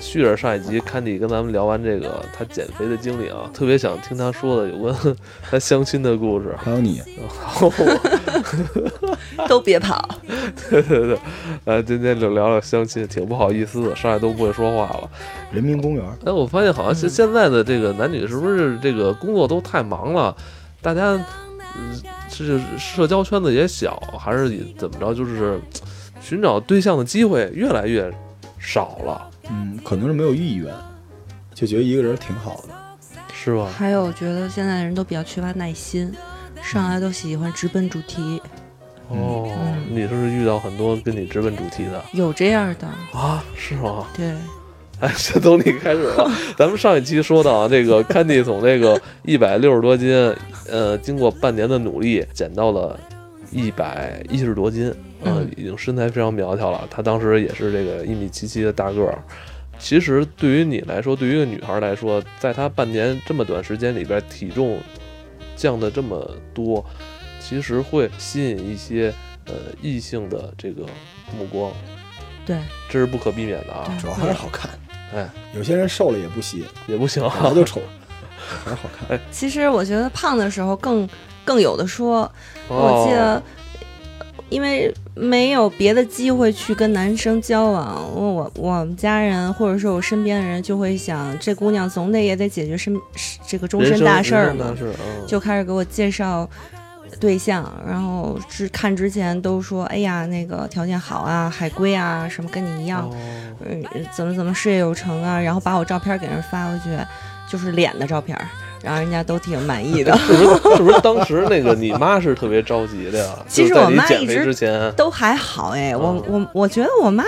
续着上一集坎迪跟咱们聊完这个他减肥的经历啊，特别想听他说的有关 他相亲的故事。 还有你，都别跑，对对对，呃，今天就聊聊相亲，挺不好意思的，上来都不会说话了。人民公园，哎，我发现好像现现在的这个男女是不是这个工作都太忙了，大家，嗯，是社交圈子也小，还是以怎么着，就是寻找对象的机会越来越少了，嗯，可能是没有意愿，就觉得一个人挺好的。是吧？还有觉得现在人都比较缺乏耐心，上来都喜欢直奔主题，哦，嗯你是不是遇到很多跟你直奔主题的有这样的，啊？是吗？对，哎，这都你开始了。咱们上一期说到啊，这个 Candy 从这个一百六十多斤，呃，经过半年的努力，减到了一百一十多斤，呃嗯已经身材非常苗条了。她当时也是这个一米七七的大个儿。其实对于你来说，对于一个女孩来说，在她半年这么短时间里边，体重降的这么多，其实会吸引一些呃异性的这个目光，对，这是不可避免的啊。主要还是好 看。哎，有些人瘦了也不吸引，也不行啊长。得就丑，还是好 看。其实我觉得胖的时候更更有的说，哦我记得，因为没有别的机会去跟男生交往，我我我们家人或者说我身边的人就会想，这姑娘总得也得解决身这个终身大事儿嘛人，生大事儿，嗯就开始给我介绍对象，然后之看之前都说，哎呀，那个条件好啊，海归啊，什么跟你一样，哦嗯，怎么怎么事业有成啊，然后把我照片给人发过去，就是脸的照片儿，然后人家都挺满意的。 是不是是不是当时那个你妈是特别着急的呀？ 其实就是在我你妈减一肥直之前，都还好哎，我哦我我觉得我妈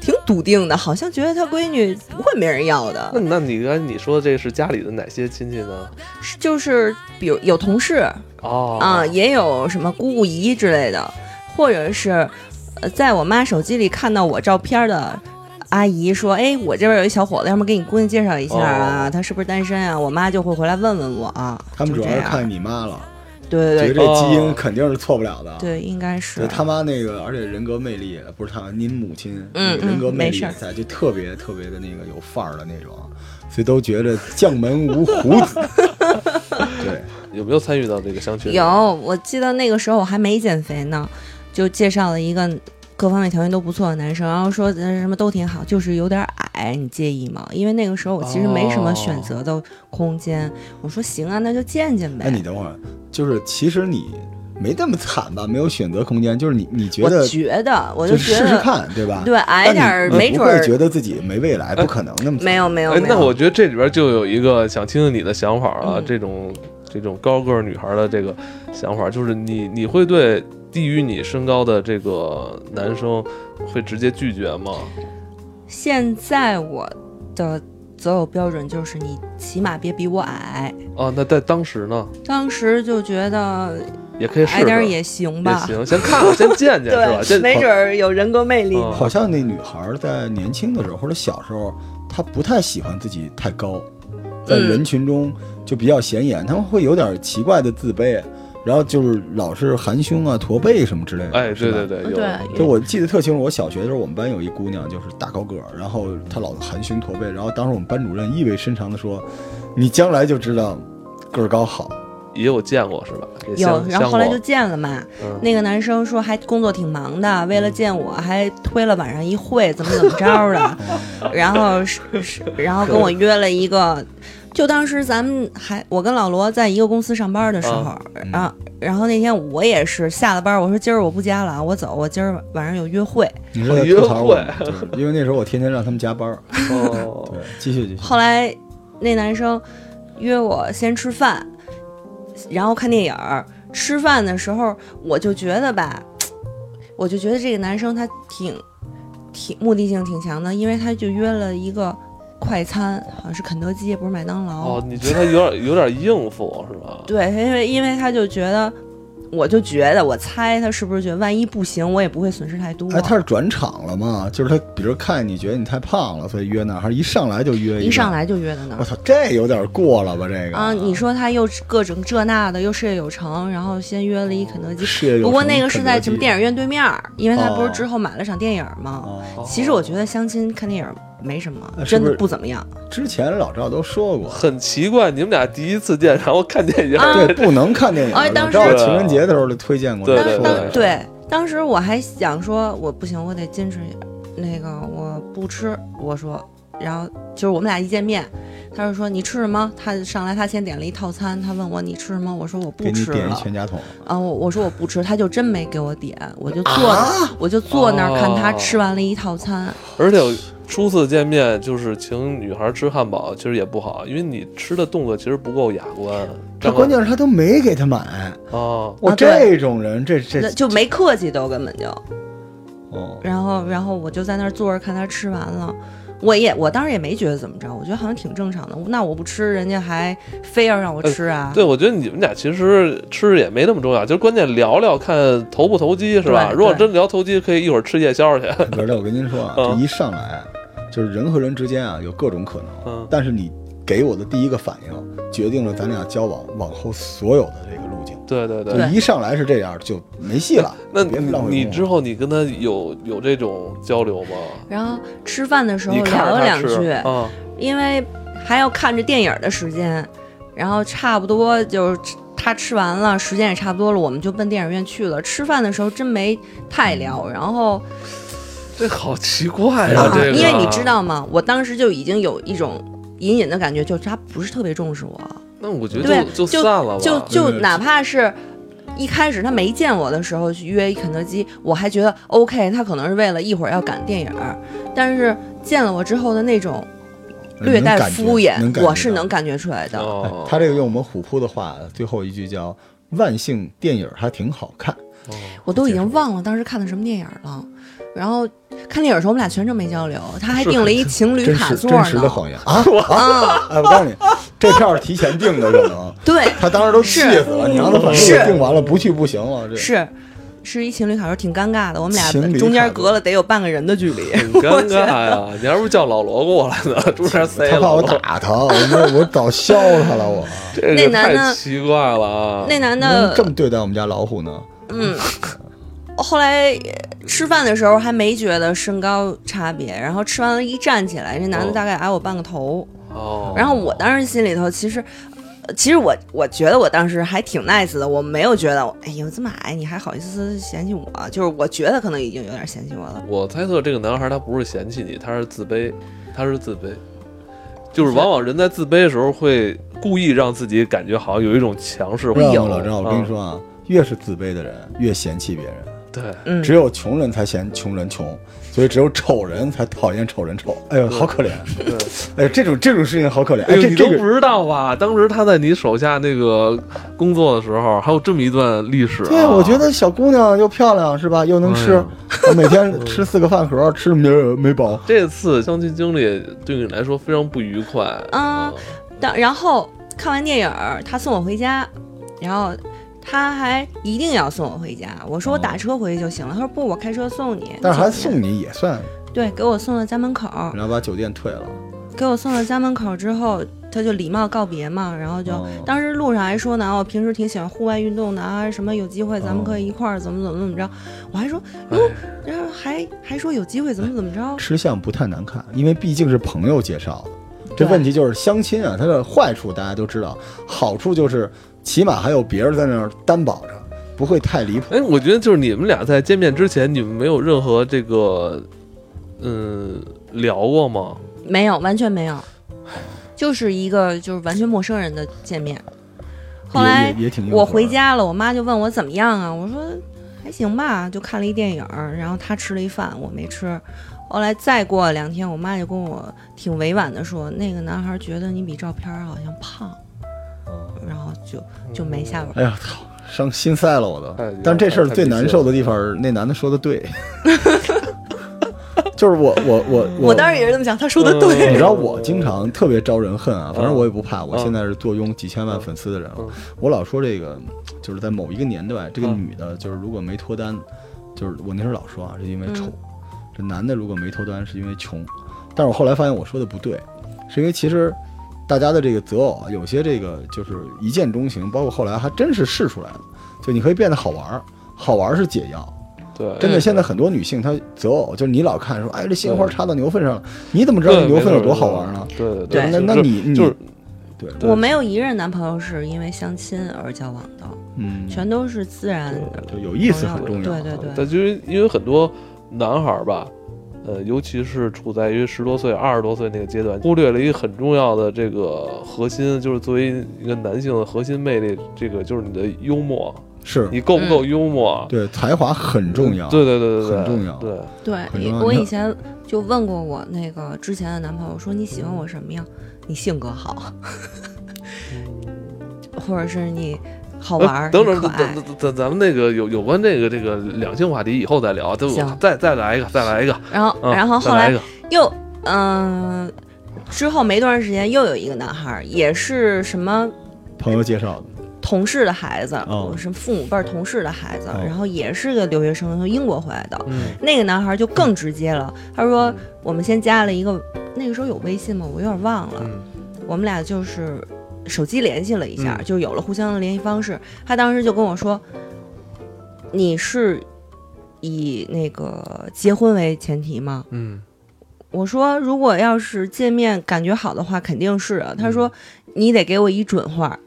挺笃定的，好像觉得她闺女不会没人要那的，那你刚才你说这是家里的哪些亲戚呢？是就是比如有同事哦啊，也有什么姑姑姨之类的，或者是呃，在我妈手机里看到我照片的。阿姨说：“哎，我这边有一小伙子，要么给你姑娘介绍一下啊，哦他是不是单身啊？”我妈就会回来问问我啊。他们主就要这是样看你妈了，对觉得对哦对这基哦因肯定是错不了的。对，应该是对他妈那个，而且人格魅力不是他，您母亲嗯人格嗯魅没力事儿在，就特别特别的那个有范儿的那种，所以都觉着将门无虎 子。对，有没有参与到这个相亲？有，我记得那个时候我还没减肥呢，就介绍了一个各方面条件都不错的男生，然后说呃什么都挺好，就是有点矮，你介意吗？因为那个时候我其实没什哦么选择的空间，我说行啊，那就见见呗。那你等会儿，就是其实你没那么惨吧？没有选择空间，就是你你觉我得觉得，我就觉试得试看，对吧？对矮但点儿你没你不准儿呃会觉得自己没未来，不可能那么惨没有没有哎，没有，那我觉得这里边就有一个想听听你的想法啊，嗯这种这种高个儿女孩的这个想法，就是你你会对低于你身高的这个男生会直接拒绝吗？现在我的择偶标准就是你起码别比我矮。啊，那在当时呢，当时就觉得也可以试矮试，点儿哎也行吧，也行，先看看，先见见是吧？ 对，先没准儿有人格魅力。嗯好像那女孩儿在年轻的时候或者小时候，她不太喜欢自己太高，在嗯人群中就比较显眼，她们会有点奇怪的自卑，然后就是老是含胸啊、驼背什么之类的。哎，对对对。对，有对就我记得特清楚，我小学的时候，我们班有一姑娘就是大高个儿，然后她老含胸驼背，然后当时我们班主任意味深长地说：“你将来就知道个儿高好。。也有见过是吧？也有相，然后后来就相见了嘛。过嗯那个男生说还工作挺忙的，为了见我还推了晚上一会，怎么怎么着的 嗯然后是是，然后跟我约了一个，就当时咱们还我跟老罗在一个公司上班的时候，嗯然后然后那天我也是下了班，我说今儿我不加了啊，我走，我今儿晚上有约会。你是在吐槽我吗，就是因为那时候我天天让他们加班儿。哦对，继续继续。后来那男生约我先吃饭，然后看电影儿。吃饭的时候，我就觉得吧，我就觉得这个男生他挺挺目的性挺强的，因为他就约了一个快餐，好像是肯德基，也不是麦当劳。哦，你觉得他有点有点应付是吧？对，因为因为他就觉得，我就觉得，我猜他是不是觉得，万一不行，我也不会损失太多。哎，他是转场了吗？就是他，比如看你觉得你太胖了，所以约那儿，还是一上来就约个一上，来就约的那儿我。操，这有点过了吧？这个啊，你说他又各种这那的，又事业有成，然后先约了一肯德 基，事业有不过成那个是在什么电影肯院对面儿，因为他不哦是之后买了场电影德基嘛。哦其实我觉得相亲看电影没什么，呃是真不的是不怎么样。之前老赵都说 过，哦很奇怪，你们俩第一次见，然后看电影，啊对，不能看电影。哎老当赵时情人节的时候就推荐过，对说对当的当对对，当时我还想说，我不行，我得矜持一点儿，那个我不吃。我说，然后就是我们俩一见面，他就说你吃什么？他上来他先点了一套餐，他问我你吃什么？我说我不给你吃点一了。全家桶。啊，我我说我不吃，他就真没给我点，我就坐啊那儿，我就坐那儿看哦他吃完了一套餐。而且初次见面就是请女孩吃汉堡，其实也不好，因为你吃的动作其实不够雅观。他关键是他都没给他买，啊，我啊对这种人，这这那就没客气都根本就，哦，然后然后我就在那儿坐着看他吃完了，我也我当时也没觉得怎么着，我觉得好像挺正常的。那我不吃，人家还非要让我吃啊？呃对，我觉得你们俩其实吃也没那么重要，就是关键聊聊看投不投机是吧？对如果对真聊投机，可以一会儿吃夜宵去。 不是，我跟您 说啊，嗯这一上来就是人和人之间啊有各种可能，嗯，但是你给我的第一个反应决定了咱俩交往往后所有的这个路径。对对对就。一上来是这样就没戏了。那别浪费你功夫之后你跟他有有这种交流吗？然后吃饭的时候你看聊着了他两吃句，啊，因为还要看着电影的时间，然后差不多就是他吃完了，时间也差不多了，我们就奔电影院去了。吃饭的时候真没太聊，然后这好奇怪啊呀，这个。因为你知，道吗？我当时就已经有一种隐隐的感觉，就是他不是特别重视我，那我觉对得就就散了吧。就对就对哪怕是。一开始他没见我的时候去约一肯德基，我还觉得哦 OK，他可能是为了一会儿要赶电影儿，但是见了我之后的那种略带敷能感觉衍，到哎我是能。感觉出来的。哦，他这个用我们虎扑的话，最后一句叫“万幸电影还挺好看哦我都已经忘了当时看的什么电影了。然后看电影的时候，我们俩全程没交流，他还订了一情”，侣真卡实座真实的呢。谎言啊！啊哎，我告诉你，这票是提前订的，可能对，他当时都气死了。你让他反正是订完了不去不行了，这是是一情侣卡座，挺尴尬的。我们俩情侣卡座中间隔了得有半个人的距离，很尴尬呀！你还不如叫老罗过来呢，中间塞他怕老我罗，打他，我 说我早削他了，我这那个太男的奇怪了啊！ 那男怎么的这么对待我们家老虎呢？后来呃吃饭的时候还没觉得身高差别，然后吃完了一站起来，这男的哦大概矮我半个头。哦，然后我当时心里头其实，呃其实我我觉得我当时还挺 nice 的，我没有觉得，哎呦这么矮你还好意思嫌弃我，就是我觉得可能已经有点嫌弃我了。我猜测这个男孩他不是嫌弃你，他是自卑，他是自卑，就是往往人在自卑的时候会故意让自己感觉好像有一种强势或不知者道吗，老赵？我跟你嗯说啊，越是自卑的人越嫌弃别人。对，嗯，只有穷人才嫌穷人穷，所以只有丑人才讨厌丑人丑。哎呦，好可怜！对，哎呦，这种这种事情好可怜。哎哎，呦，这你都这不个知道吧？当时他在你手下那个工作的时候，还有这么一段历史、啊。对，我觉得小姑娘又漂亮是吧？又能哎吃呦，我每天吃四个饭盒，吃没没 饱。这次相亲经历对你来说非常不愉快。嗯当然后看完电影儿，他送我回家，然后他还一定要送我回家，我说我打车回去就行了，他说不，我开车送你。但是还你走吧送你也算，对，给我送到家门口儿，然后把酒店退了。给我送到家门口之后，他就礼貌告别嘛，然后就、哦当时路上还说呢，我平时挺喜欢户外运动的啊，什么有机会咱们可以一块儿怎么怎么怎么着，我还说哎哟，然后还还说有机会怎么怎么着，吃相不太难看，因为毕竟是朋友介绍的。这对问题就是相亲啊，它的坏处大家都知道，好处就是起码还有别人在那儿担保着，不会太离谱。哎，我觉得就是你们俩在见面之前，你们没有任何这个，嗯，聊过吗？ 没有，完全没有，就是一个就是完全陌生人的见面。后来也也也挺硬核我的回家了，我妈就问我怎么样啊，我说还行吧，就看了一电影儿，然后她吃了一饭，我没吃。后来再过两天，我妈就跟我挺委婉的说，那个男孩觉得你比照片儿好像胖，然后就就没下文儿。哎呀，操，伤心塞了我哎都。但这事儿最难受的地方是，那男的说的对， 就是我我我我当时也是这么想，她说的对。你知道我经常特别招人恨啊，反正我也不怕，我嗯现在是坐拥几千万粉丝的人了嗯，我老说这个，就是在某一个年代，这个嗯女的，就是如果没脱单，就是我那时候老说啊，是因为丑嗯；这男的如果没脱单，是因为穷。但是我后来发现我说的不对，是因为其实大家的这个择偶啊，有些这个就是一见钟情，包括后来还真是试出来的，就你可以变得好玩儿，好玩儿是解药。对，真的，嗯现在很多女性她择偶，就是你老看说，哎，这杏花插到牛粪上了，你怎么知道对牛粪有没错多好玩呢？对对对那那就是你你就是对，对我没有一任男朋友是因为相亲而交往的，嗯，全都是自然对的就有意思很重要。对对对但就是因为很多男孩儿吧，呃，尤其是处在于十多岁、二十多岁那个阶段，忽略了一个很重要的这个核心，就是作为一个男性的核心魅力，这个就是你的幽默，是你够不嗯够幽默？对才华很重要。对对对对对，很重要对，对很重要我你以看前就问过我那个之前的男朋友，说你喜欢我什么样？你性格好，或者是你好玩儿、呃 等会儿你可咱爱。咱咱咱们那个有有关这个这个两性话题以后再聊，对，行我再再来一个，再来一个，然后，嗯然后后再来一来个，又嗯、之后没多长时间又有一个男孩儿，也是什么朋友介绍的，同事的孩子，哦是父母辈儿同事的孩子，哦然后也是个留学生，从英国回来的。嗯，那个男孩就更直接了，他说：“我们先加了一个，那个时候有微信吗？我有点忘了。嗯我们俩就是手机联系了一下，嗯就有了互相的联系方式。他当时就跟我说：‘你是以那个结婚为前提吗嗯，？’我说：‘如果要是见面感觉好的话，肯定是啊。’他说：‘嗯你得给我一准话。’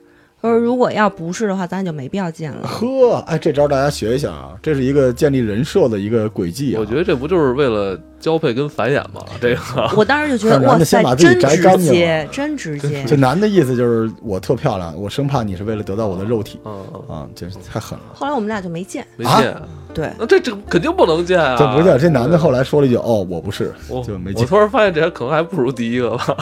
他说：‘如果要不是的话，咱就没必要见 了。’呵，哎，这招大家学一下啊，这是一个建立人设的一个轨迹啊。我觉得这不就是为了交配跟繁衍吗？这个，我当时就觉得看男哇的先塞把，自己真摘直干净接，真直接。这男的意思就是我特漂亮，我生怕你是为了得到我的肉体嗯嗯，啊，这太狠了。后来我们俩就没见。没啊见。对，那这这肯定不能见啊！这不是这男的后来说了一句哦，我不是我，就没我劲。突然发现这还可能还不如第一个 吧。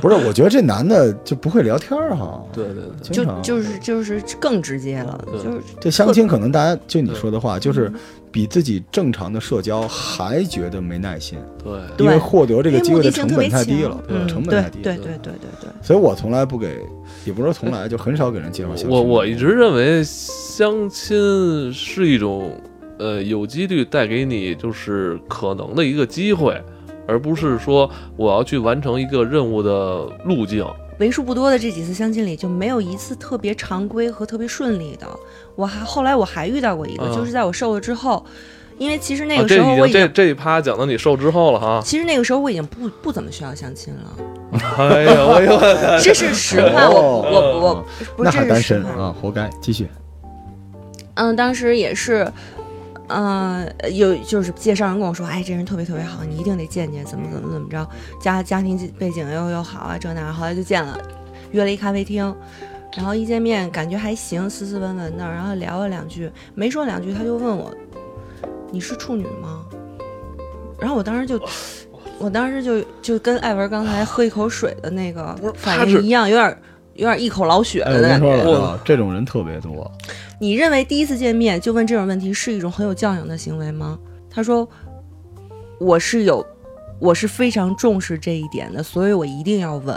不是，我觉得这男的就不会聊天儿哈。对对对，经就常啊嗯就是就是更直接了，对就是这相亲可能大家就你说的话，就是比自己正常的社交还觉得没耐心，对对因为获得这个因为机目会的的成性特别本太强，低了，嗯，成对本太低。对了对对对对，所以我从来不给，也不是说从来，就很少给人介绍相亲。我我一直认为相亲是一种呃有几率带给你就是可能的一个机会，而不是说我要去完成一个任务的路径。为数不多的这几次相亲里就没有一次特别常规和特别顺利的。我还后来我还遇到过一个，嗯就是在我瘦了之后，因为其实那啊哦个，这时候已我经已这经。这一趴讲到你瘦之后了啊 哈。其实那个时候我已经不不怎么需要相亲了，哎呀，我呦我操！这是实话，我呃哦我我不那是还这单是实身话，啊，活该。继续，嗯，当时也是，嗯、有就是介绍人跟我说，哎，这人特别特别好，你一定得见见，怎么怎么怎么着，家家庭背景又又好啊，这那，后来就见了，约了一咖啡厅，然后一见面感觉还行，斯斯文文的，然后聊了两句，没说两句他就问我，你是处女吗？然后我当时就。 我当时就就跟艾文刚才喝一口水的那个不是他反是应一样，有点有点一口老血哎，的我感跟你觉。说我了啊，这种人特别多。你认为第一次见面就问这种问题是一种很有教养的行为吗？他说，我是有，我是非常重视这一点的，所以我一定要问。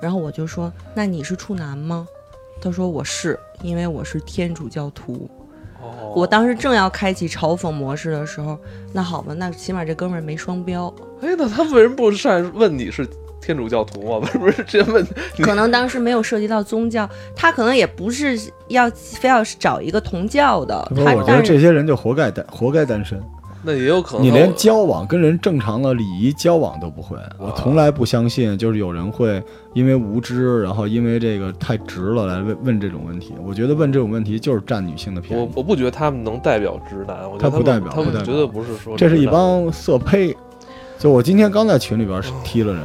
然后我就说，那你是处男吗？他说我是，因为我是天主教徒。 我当时正要开启嘲讽模式的时候，那好吧，那起码这哥们儿没双标， 哎，那他为什么不善问你是天主教徒 吗？为什么是直接问？可能当时没有涉及到宗教，他可能也不是要非要找一个同教的，不是，他我觉得但这是些人就活该单，活该单身。那也有可能你连交往跟人正常的礼仪交往都不会，我啊从来不相信，就是有人会因为无知，然后因为这个太直了来问问这种问题。我觉得问这种问题就是占女性的便我宜，我不觉得他们能代表直男，我觉得他不们代表他们不代表绝对不是说这是直一男帮色胚。就我今天刚在群里边哦踢了人，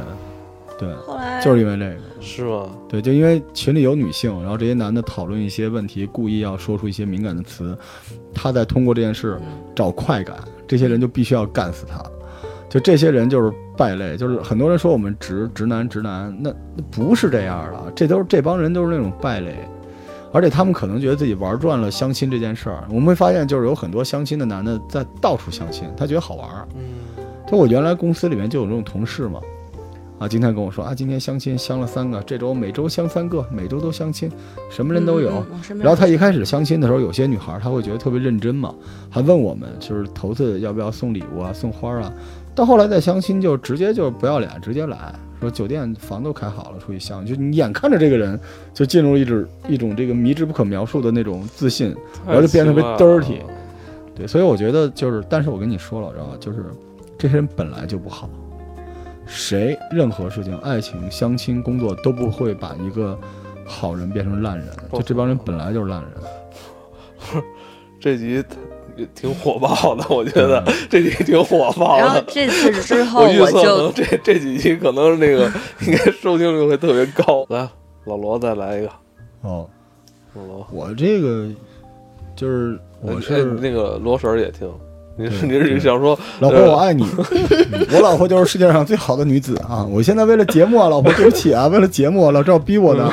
对，后来就是因为这个，是吗？对，就因为群里有女性，然后这些男的讨论一些问题，故意要说出一些敏感的词，他在通过这件事嗯找快感，这些人就必须要干死他。就这些人就是败类，就是很多人说我们直直男直男，那那不是这样的，啊这都是这帮人都是那种败类，而且他们可能觉得自己玩转了相亲这件事儿。我们会发现，就是有很多相亲的男的在到处相亲，他觉得好玩儿。嗯，就我原来公司里面就有这种同事嘛，啊，今天跟我说啊，今天相亲相了三个，这周每周相三个，每周都相亲，什么人都有。嗯嗯嗯我身边然后他一开始相亲的时候，有些女孩儿她会觉得特别认真嘛，还问我们就是头次要不要送礼物啊，送花儿啊。到后来再相亲就直接就不要脸，直接来说酒店房都开好了，出去相。就你眼看着这个人就进入一种一种这个迷之不可描述的那种自信，然后就变得特别太奇怪了 dirty，对，所以我觉得就是，但是我跟你说了，知道吧？就是这些人本来就不好，谁任何事情，爱情、相亲、工作都不会把一个好人变成烂人， 就这帮人本来就是烂人。这集挺火爆的，我觉得嗯 这集挺火爆然后的。这次之后 我预我测可就能这这几集可能那 个应该收听率会特别高。来，老罗再来一个，哦，老罗，我这个就是我哎是那个罗婶儿也听，你是对你是对想说老婆，我爱你。嗯我老婆就是世界上最好的女子啊！我现在为了节目啊，老婆对不起啊，为了节目啊老赵逼我的。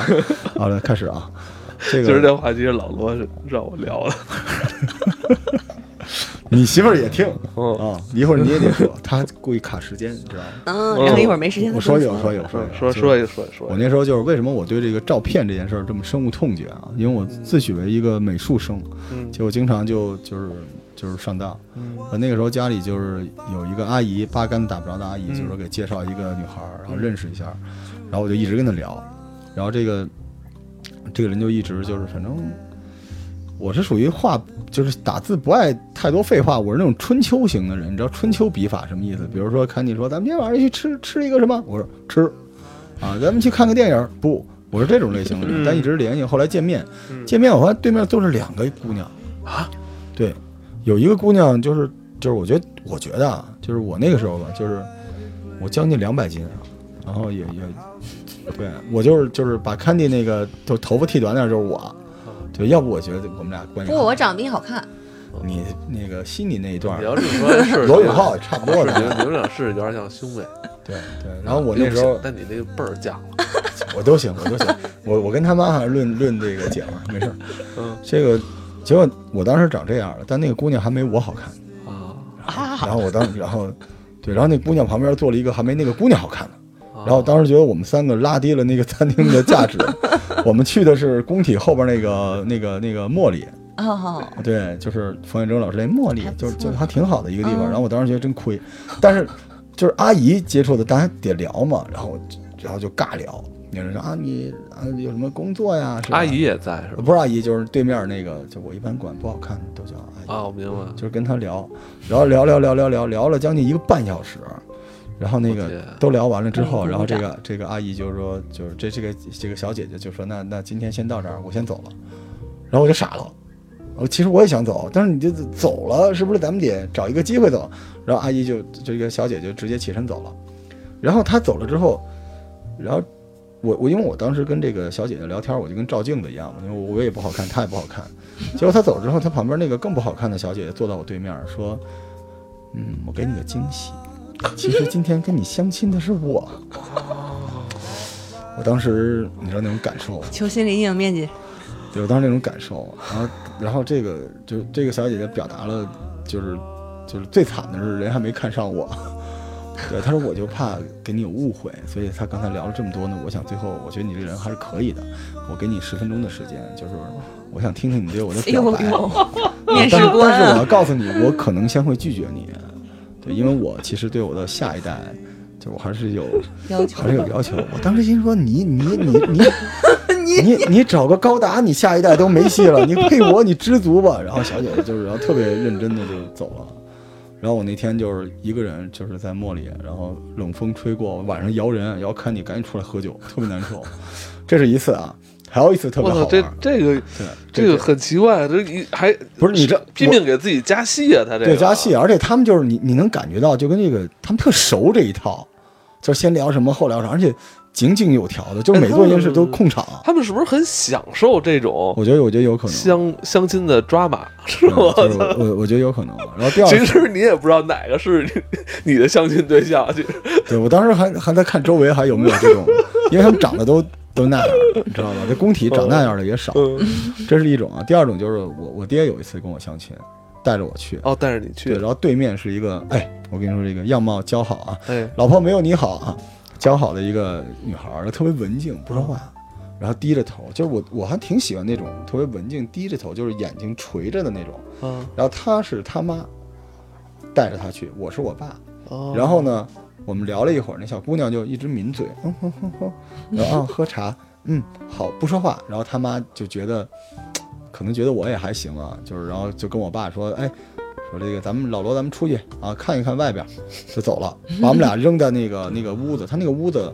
好了，开 始啊，这今儿个这话题嗯是老罗是让我聊的，你媳妇 儿也听嗯，啊，一会儿你也得说，她故意卡时间，你知道吗？嗯，然后一会儿没时间再我说有说说有说有说就是说一说一说我一，那时候就是为什么我对这个照片这件事儿这么深恶痛绝啊？因为我自诩为一个美术生，嗯结果经常就就是就是上当。嗯我那个时候家里就是有一个阿姨，八竿子打不着的阿姨，嗯就是说给介绍一个女孩儿，然后认识一下，然后我就一直跟她聊，然后这个这个人就一直就是反正我是属于话就是打字不爱太多废话，我是那种春秋型的人，你知道春秋笔法什么意思？比如说看你说咱们今天晚上去吃吃一个什么，我说吃啊，咱们去看个电影儿不，我是这种类型的人，嗯但一直联系，后来见面嗯见面我发现对面都是两个姑娘啊，对，有一个姑娘就是就是我觉得我觉得啊，就是我那个时候吧，就是我将近两百斤啊，然后也也对我就是就是把 Candy 那个头头发剃短点儿就是我，对，要不我觉得我们俩关系不过我长得比你好看，你那个悉尼那一段儿你要这么说，是罗永浩也差不多是你的，们你们俩是有点像兄妹，对对，然后我那时又候不行但你那个辈儿犟，我都行，我都行，我我跟他妈还是论论这个姐们儿，没事儿。嗯这个结果我当时长这样了，但那个姑娘还没我好看。啊，然后我当然后对，然后那姑娘旁边坐了一个还没那个姑娘好看的。啊然后当时觉得我们三个拉低了那个餐厅的价值。我们去的是工体后边那个那个那个茉莉，哦，对，就是冯远征老师那茉莉还，不就错是就还挺好的一个地方。嗯然后我当时觉得真亏，但是就是阿姨接触的，大家得聊嘛，然后然后就尬聊。有人说啊，你啊有什么工作呀？是啊吧阿姨也在是吧？不是阿姨，就是对面那个，就我一般管不好看的都叫阿姨。啊，我明白了，就是跟他聊，然后聊聊聊聊聊聊了将近一个半小时，然后那我天个都聊完了之后，嗯然后这个这个阿姨就说，就是这这个这个小姐姐就说，那那今天先到这儿，我先走了，然后我就傻了。我其实我也想走，但是你这走了，是不是咱们得找一个机会走？然后阿姨就这个小姐就直接起身走了。然后她走了之后，然后我我因为我当时跟这个小姐姐聊天，我就跟照镜子一样嘛，因为我我也不好看，她也不好看。结果她走之后，她旁边那个更不好看的小姐姐坐到我对面说：“嗯，我给你个惊喜，其实今天跟你相亲的是我。”我当时你知道那种感受，求心理阴影 面积对我当时那种感受，然后然后这个就这个小姐姐表达了，就是就是最惨的是人还没看上我， 对，她说我就怕给你有误会，所以她刚才聊了这么多呢，我想最后我觉得你这人还是可以的，我给你十分钟的时间，就是我想听听你对我的表白， 哎呦呦啊面试但是官但是我要啊，告诉你，我可能先会拒绝你，对，因为我其实对我的下一代，就我还是有要求还是有要求。我当时心说你你你你你你你找个高达，你下一代都没戏了，你配我你知足吧。然后小姐姐就是然后特别认真的就走了。然后我那天就是一个人，就是在茉莉，然后冷风吹过，晚上摇人，摇看你赶紧出来喝酒，特别难受。这是一次啊，还有一次特别我好操，玩。这这个对这个很奇怪，这一还不是你这拼命给自己加戏啊，他这个对加戏，，而且他们就是你你能感觉到，就跟这个他们特熟这一套，就是先聊什么后聊啥，而且井井有条的，哎就是每做一件事都控场。他们是不是很享受这种我觉得我觉得有可能，相相亲的抓马？嗯就是我我我觉得有可能。然后第二其次，实你也不知道哪个是你你的相亲对象，就是对我当时还还在看周围还有没有这种，因为他们长得都都那样，你知道吧？这工体长那样的也少，嗯这是一种啊。第二种就是我我爹有一次跟我相亲，带着我去，哦，带着你去对，然，后对面是一个，哎，我跟你说这个样貌姣好啊，哎，老婆没有你好啊，姣好的一个女孩儿，特别文静，不说话，然后低着头，就是我我还挺喜欢那种特别文静低着头，就是眼睛垂着的那种。嗯，然后她是他妈带着她去，我是我爸。哦然后呢，我们聊了一会儿，那小姑娘就一直抿嘴， 哼哼哼哼，然后啊喝茶，嗯，好，不说话。然后嗯他妈就觉得，可能觉得我也还行啊，就是然后就跟我爸说，哎，说这个咱们老罗，咱们出去啊看一看外边儿，就走了，把我们俩扔在那个那个屋子，他那个屋子，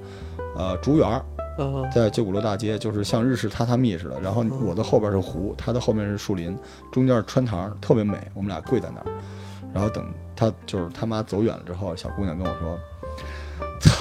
呃，竹园儿啊，在旧鼓楼大街，就是像日式榻榻米似的，然后我的后边是湖，他的后面是树林，中间是穿堂，特别美，我们俩跪在那儿，然后等他就是他妈走远了之后，小姑娘跟我说，操，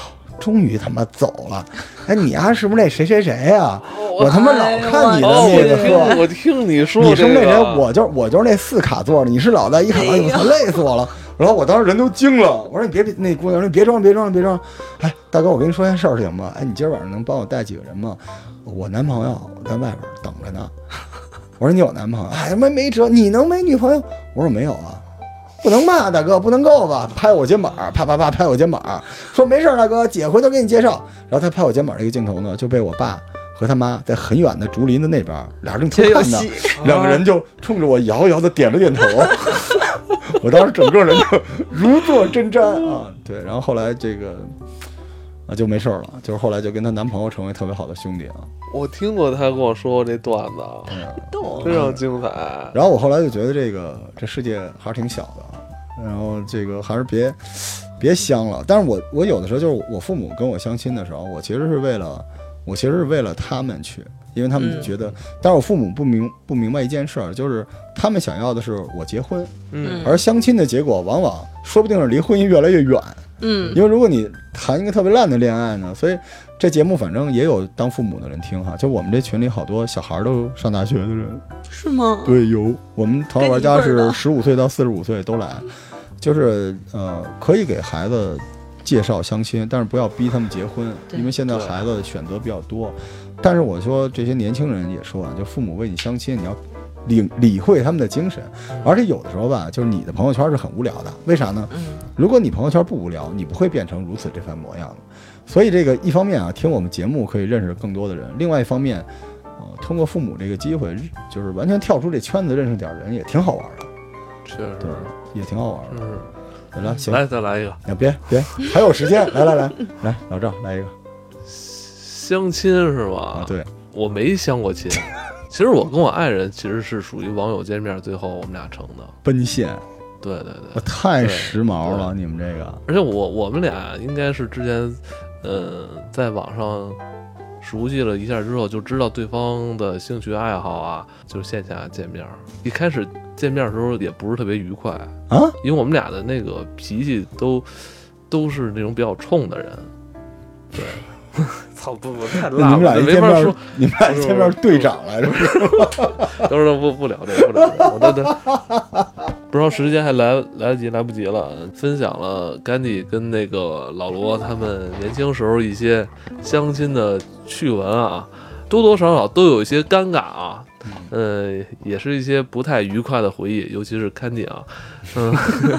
终于他妈走了， 哎，你丫、是不是那谁谁谁啊呀、我他妈老看哎你的哦，那个我是吧听我听你说你这是个，那谁？我就是我就是那四卡座的，你是老大一卡，哎呦，我操累死我了。然后我当时人都惊了，我说你别那姑娘说别装了别装了别装了，哎，大哥，我跟你说件事儿行吗？哎，你今儿晚上能帮我带几个人吗？我男朋友在外边等着呢。我说你有男朋友？哎，没没辙，你能没女朋友？我说没有啊，不能骂大哥，不能够吧？拍我肩膀，啪啪啪拍我肩膀，说没事儿，大哥，姐回头给你介绍。然后他拍我肩膀这个镜头呢，就被我爸和他妈在很远的竹林的那边，俩人正偷看呢，两个人就冲着我遥遥的点了点头。 我当时整个人就如坐针毡啊，对，然后后来这个啊就没事儿了，就是后来就跟她男朋友成为特别好的兄弟啊。我听过他跟我说过这段子啊，嗯逗，非常精彩。然后我后来就觉得这个这世界还是挺小的，啊，然后这个还是别别相了。但是我我有的时候就是我父母跟我相亲的时候，我其实是为了我其实是为了他们去，因为他们嗯觉得，但是我父母不明不明白一件事儿，就是他们想要的是我结婚，嗯，而相亲的结果往往说不定是离婚姻越来越远。嗯，因为如果你谈一个特别烂的恋爱呢，所以这节目反正也有当父母的人听哈，就我们这群里好多小孩儿都上大学的人。是吗？对，有我们淘宝玩家嗯跟你一辈儿是的十五岁到四十五岁都来，就是呃，可以给孩子介绍相亲，但是不要逼他们结婚，对因为现在对孩子选择比较多。但是我说这些年轻人也说啊，就父母为你相亲，你要领理会他们的精神，而且有的时候吧，就是你的朋友圈是很无聊的，为啥呢？嗯，如果你朋友圈不无聊，你不会变成如此这番模样的。所以这个一方面啊，听我们节目可以认识更多的人；另外一方面，呃，通过父母这个机会，就是完全跳出这圈子，认识点儿人也挺好玩的，确实对，也挺好玩的。嗯，来来，行，来再来一个。啊别别，还有时 间，来来来来，老赵来一个相亲是吧？啊，，对，我没相过 亲。其实我跟我爱人其实是属于网友见面，最后我们俩成的。奔现，对对我对，太对时髦了，你们这个，而且我我们俩应该是之前，呃，在网上熟悉了一下之后，就知道对方的兴趣爱好啊，就是线下见面。一开始见面的时候也不是特别愉快，啊，因为我们俩的那个脾气都都是那种比较冲的人。对， 操不不太那辣你们了，俩这一没见法说面。，你们俩一见面队长来着，当时不不聊这个，不聊这个，我都都不知道时间还来来得及来不及了。分享了甘地跟那个老罗他们年轻时候一些相亲的趣闻啊，多多少少都有一些尴尬啊，呃，也是一些不太愉快的回忆，尤其是甘地啊，嗯，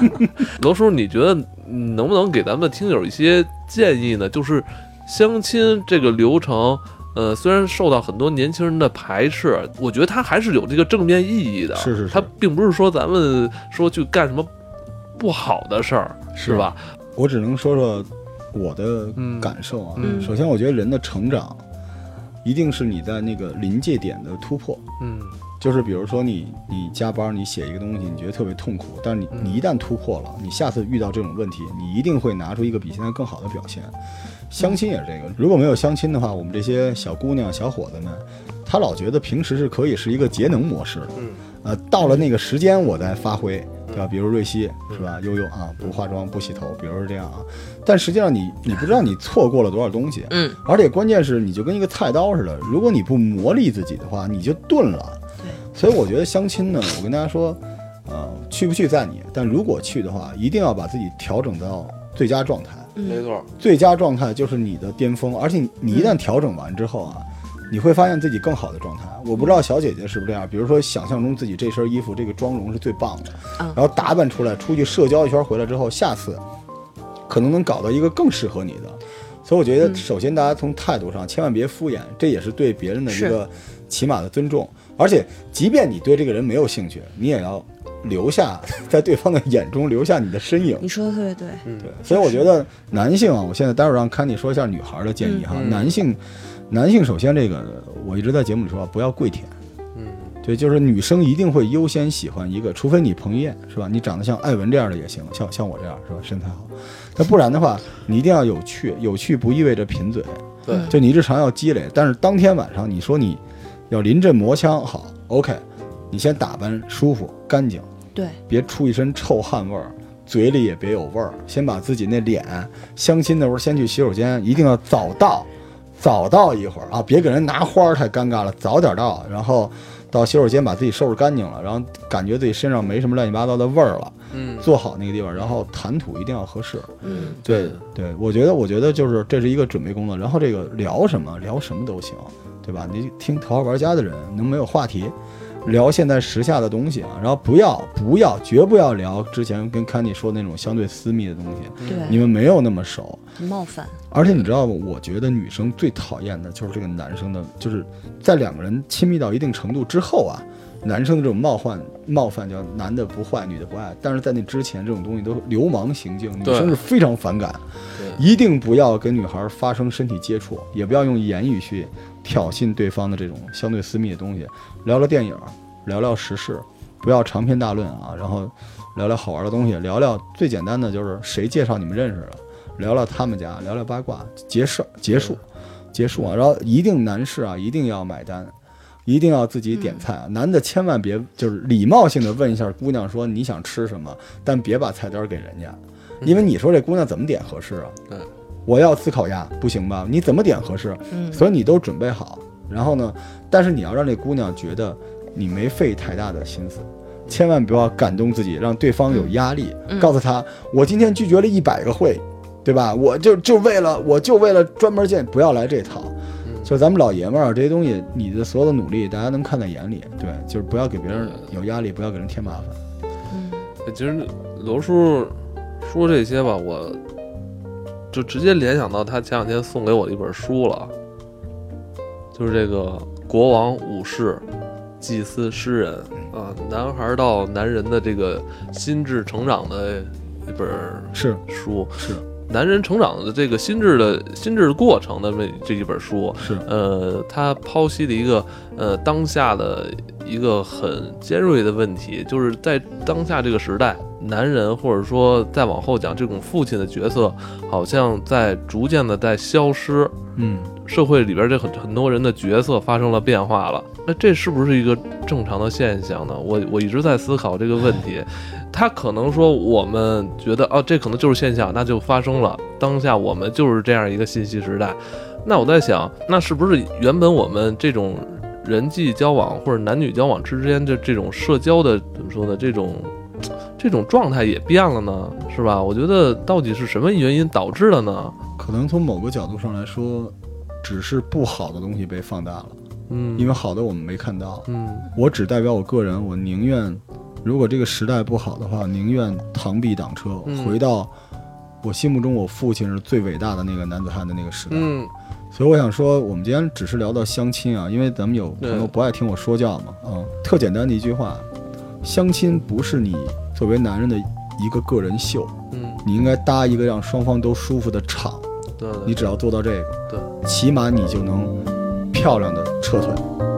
罗叔，你觉得能不能给咱们听友一些建议呢？就是相亲这个流程。呃，虽然受到很多年轻人的排斥，我觉得它还是有这个正面意义的。是是是它并不是说咱们说去干什么不好的事儿，是吧？我只能说说我的感受啊。嗯嗯首先，我觉得人的成长，一定是你在那个临界点的突破。嗯就是比如说你你加班，你写一个东西，你觉得特别痛苦，但是你嗯你一旦突破了，你下次遇到这种问题，你一定会拿出一个比现在更好的表现。相亲也是这个，如果没有相亲的话，我们这些小姑娘、小伙子们，他老觉得平时是可以是一个节能模式的，嗯，呃，到了那个时间我再发挥，对吧？比如瑞希是吧？悠悠啊，不化妆不洗头，比如是这样啊。但实际上你你不知道你错过了多少东西，嗯，而且关键是你就跟一个菜刀似的，如果你不磨砺自己的话，你就钝了。所以我觉得相亲呢，我跟大家说，呃，去不去在你，但如果去的话，一定要把自己调整到最佳状态。没嗯错，最佳状态就是你的巅峰，而且你你一旦调整完之后啊，你会发现自己更好的状态。我不知道小姐姐是不是这样，比如说想象中自己这身衣服、这个妆容是最棒的，嗯然后打扮出来，出去社交一圈回来之后，下次可能能搞到一个更适合你的。所以我觉嗯得，首先大家从态度上千万别敷衍，这也是对别人的一是个起码的尊重。而且，即便你对这个人没有兴趣，你也要留下在对方的眼中留下你的身影。你说的特别对，嗯对，所以我觉得男性啊，我现在待会儿让 Candy 说一下女孩儿的建议哈。嗯男性，男性首先这个，我一直在节目里说啊，不要跪舔，嗯，对，就是女生一定会优先喜欢一个，除非你彭于晏是吧？你长得像艾文这样的也行，像像我这样是吧？身材好，但不然的话，你一定要有趣，有趣不意味着贫嘴，对就你日常要积累。但是当天晚上你说你要临阵磨枪，好，OK，你先打扮舒服干净，对，别出一身臭汗味儿，嘴里也别有味儿，先把自己那脸相亲的时候先去洗手间，一定要早到，早到一会儿啊，别给人拿花儿太尴尬了，早点到，然后到洗手间把自己收拾干净了，然后感觉自己身上没什么乱七八糟的味儿了，嗯，坐好那个地方，然后谈吐一定要合适。嗯，对对，我觉得我觉得就是这是一个准备工作，然后这个聊什么聊什么都行，对吧？你听《头号玩家》的人能没有话题？聊现在时下的东西啊，然后不要不要绝不要聊之前跟 Candy 说的那种相对私密的东西，你对，们没有那么熟。很冒犯，而且你知道吗？我觉得女生最讨厌的就是这个男生的，就是在两个人亲密到一定程度之后啊，男生的这种冒犯冒犯叫男的不坏，女的不爱。但是在那之前，这种东西都是流氓行径，女对生是非常反感。对一定不要跟女孩发生身体接触，也不要用言语去挑衅对方的这种相对私密的东西。聊聊电影，聊聊时事，不要长篇大论啊。然后聊聊好玩的东西，聊聊最简单的就是谁介绍你们认识的，聊聊他们家，聊聊八卦，结事结束，结束啊。然后一定男士啊，一定要买单。一定要自己点菜，男的千万别就是礼貌性的问一下姑娘说你想吃什么，但别把菜单给人家，因为你说这姑娘怎么点合适啊？对，我要吃烤鸭，不行吧？你怎么点合适？嗯，所以你都准备好，然后呢，但是你要让这姑娘觉得你没费太大的心思，千万不要感动自己，让对方有压力。嗯告诉她，我今天拒绝了一百个会，对吧？我就就为了我就为了专门见，不要来这套。嗯就咱们老爷们儿啊这些东西，你的所有的努力，大家能看在眼里。对，就是不要给别人有压力，不要给人添麻烦。嗯哎其实罗叔说这些吧，我就直接联想到他前两天送给我的一本书了，啊就是这个《国王、武士、祭司、诗人》啊，男孩到男人的这个心智成长的一本是书，是男人成长的这个心智的心智过程的这这一本书，是，呃，他剖析了一个呃当下的一个很尖锐的问题，就是在当下这个时代，男人或者说再往后讲，这种父亲的角色好像在逐渐的在消失，嗯，社会里边这很很多人的角色发生了变化了，那这是不是一个正常的现象呢？我我一直在思考这个问题。他可能说我们觉得哦、这可能就是现象，那就发生了。当下我们就是这样一个信息时代。那我在想，那是不是原本我们这种人际交往或者男女交往之间的这种社交的怎么说呢？这种这种状态也变了呢，是吧？我觉得到底是什么原因导致的呢？可能从某个角度上来说，只是不好的东西被放大了，嗯，因为好的我们没看到。嗯我只代表我个人，我宁愿如果这个时代不好的话，宁愿螳臂挡车，嗯回到我心目中我父亲是最伟大的那个男子汉的那个时代。嗯，所以我想说，我们今天只是聊到相亲啊，因为咱们有朋友对不爱听我说教嘛，嗯，特简单的一句话，相亲不是你作为男人的一个个人秀，嗯，你应该搭一个让双方都舒服的场，对，你只要做到这个，对，起码你就能漂亮的撤退。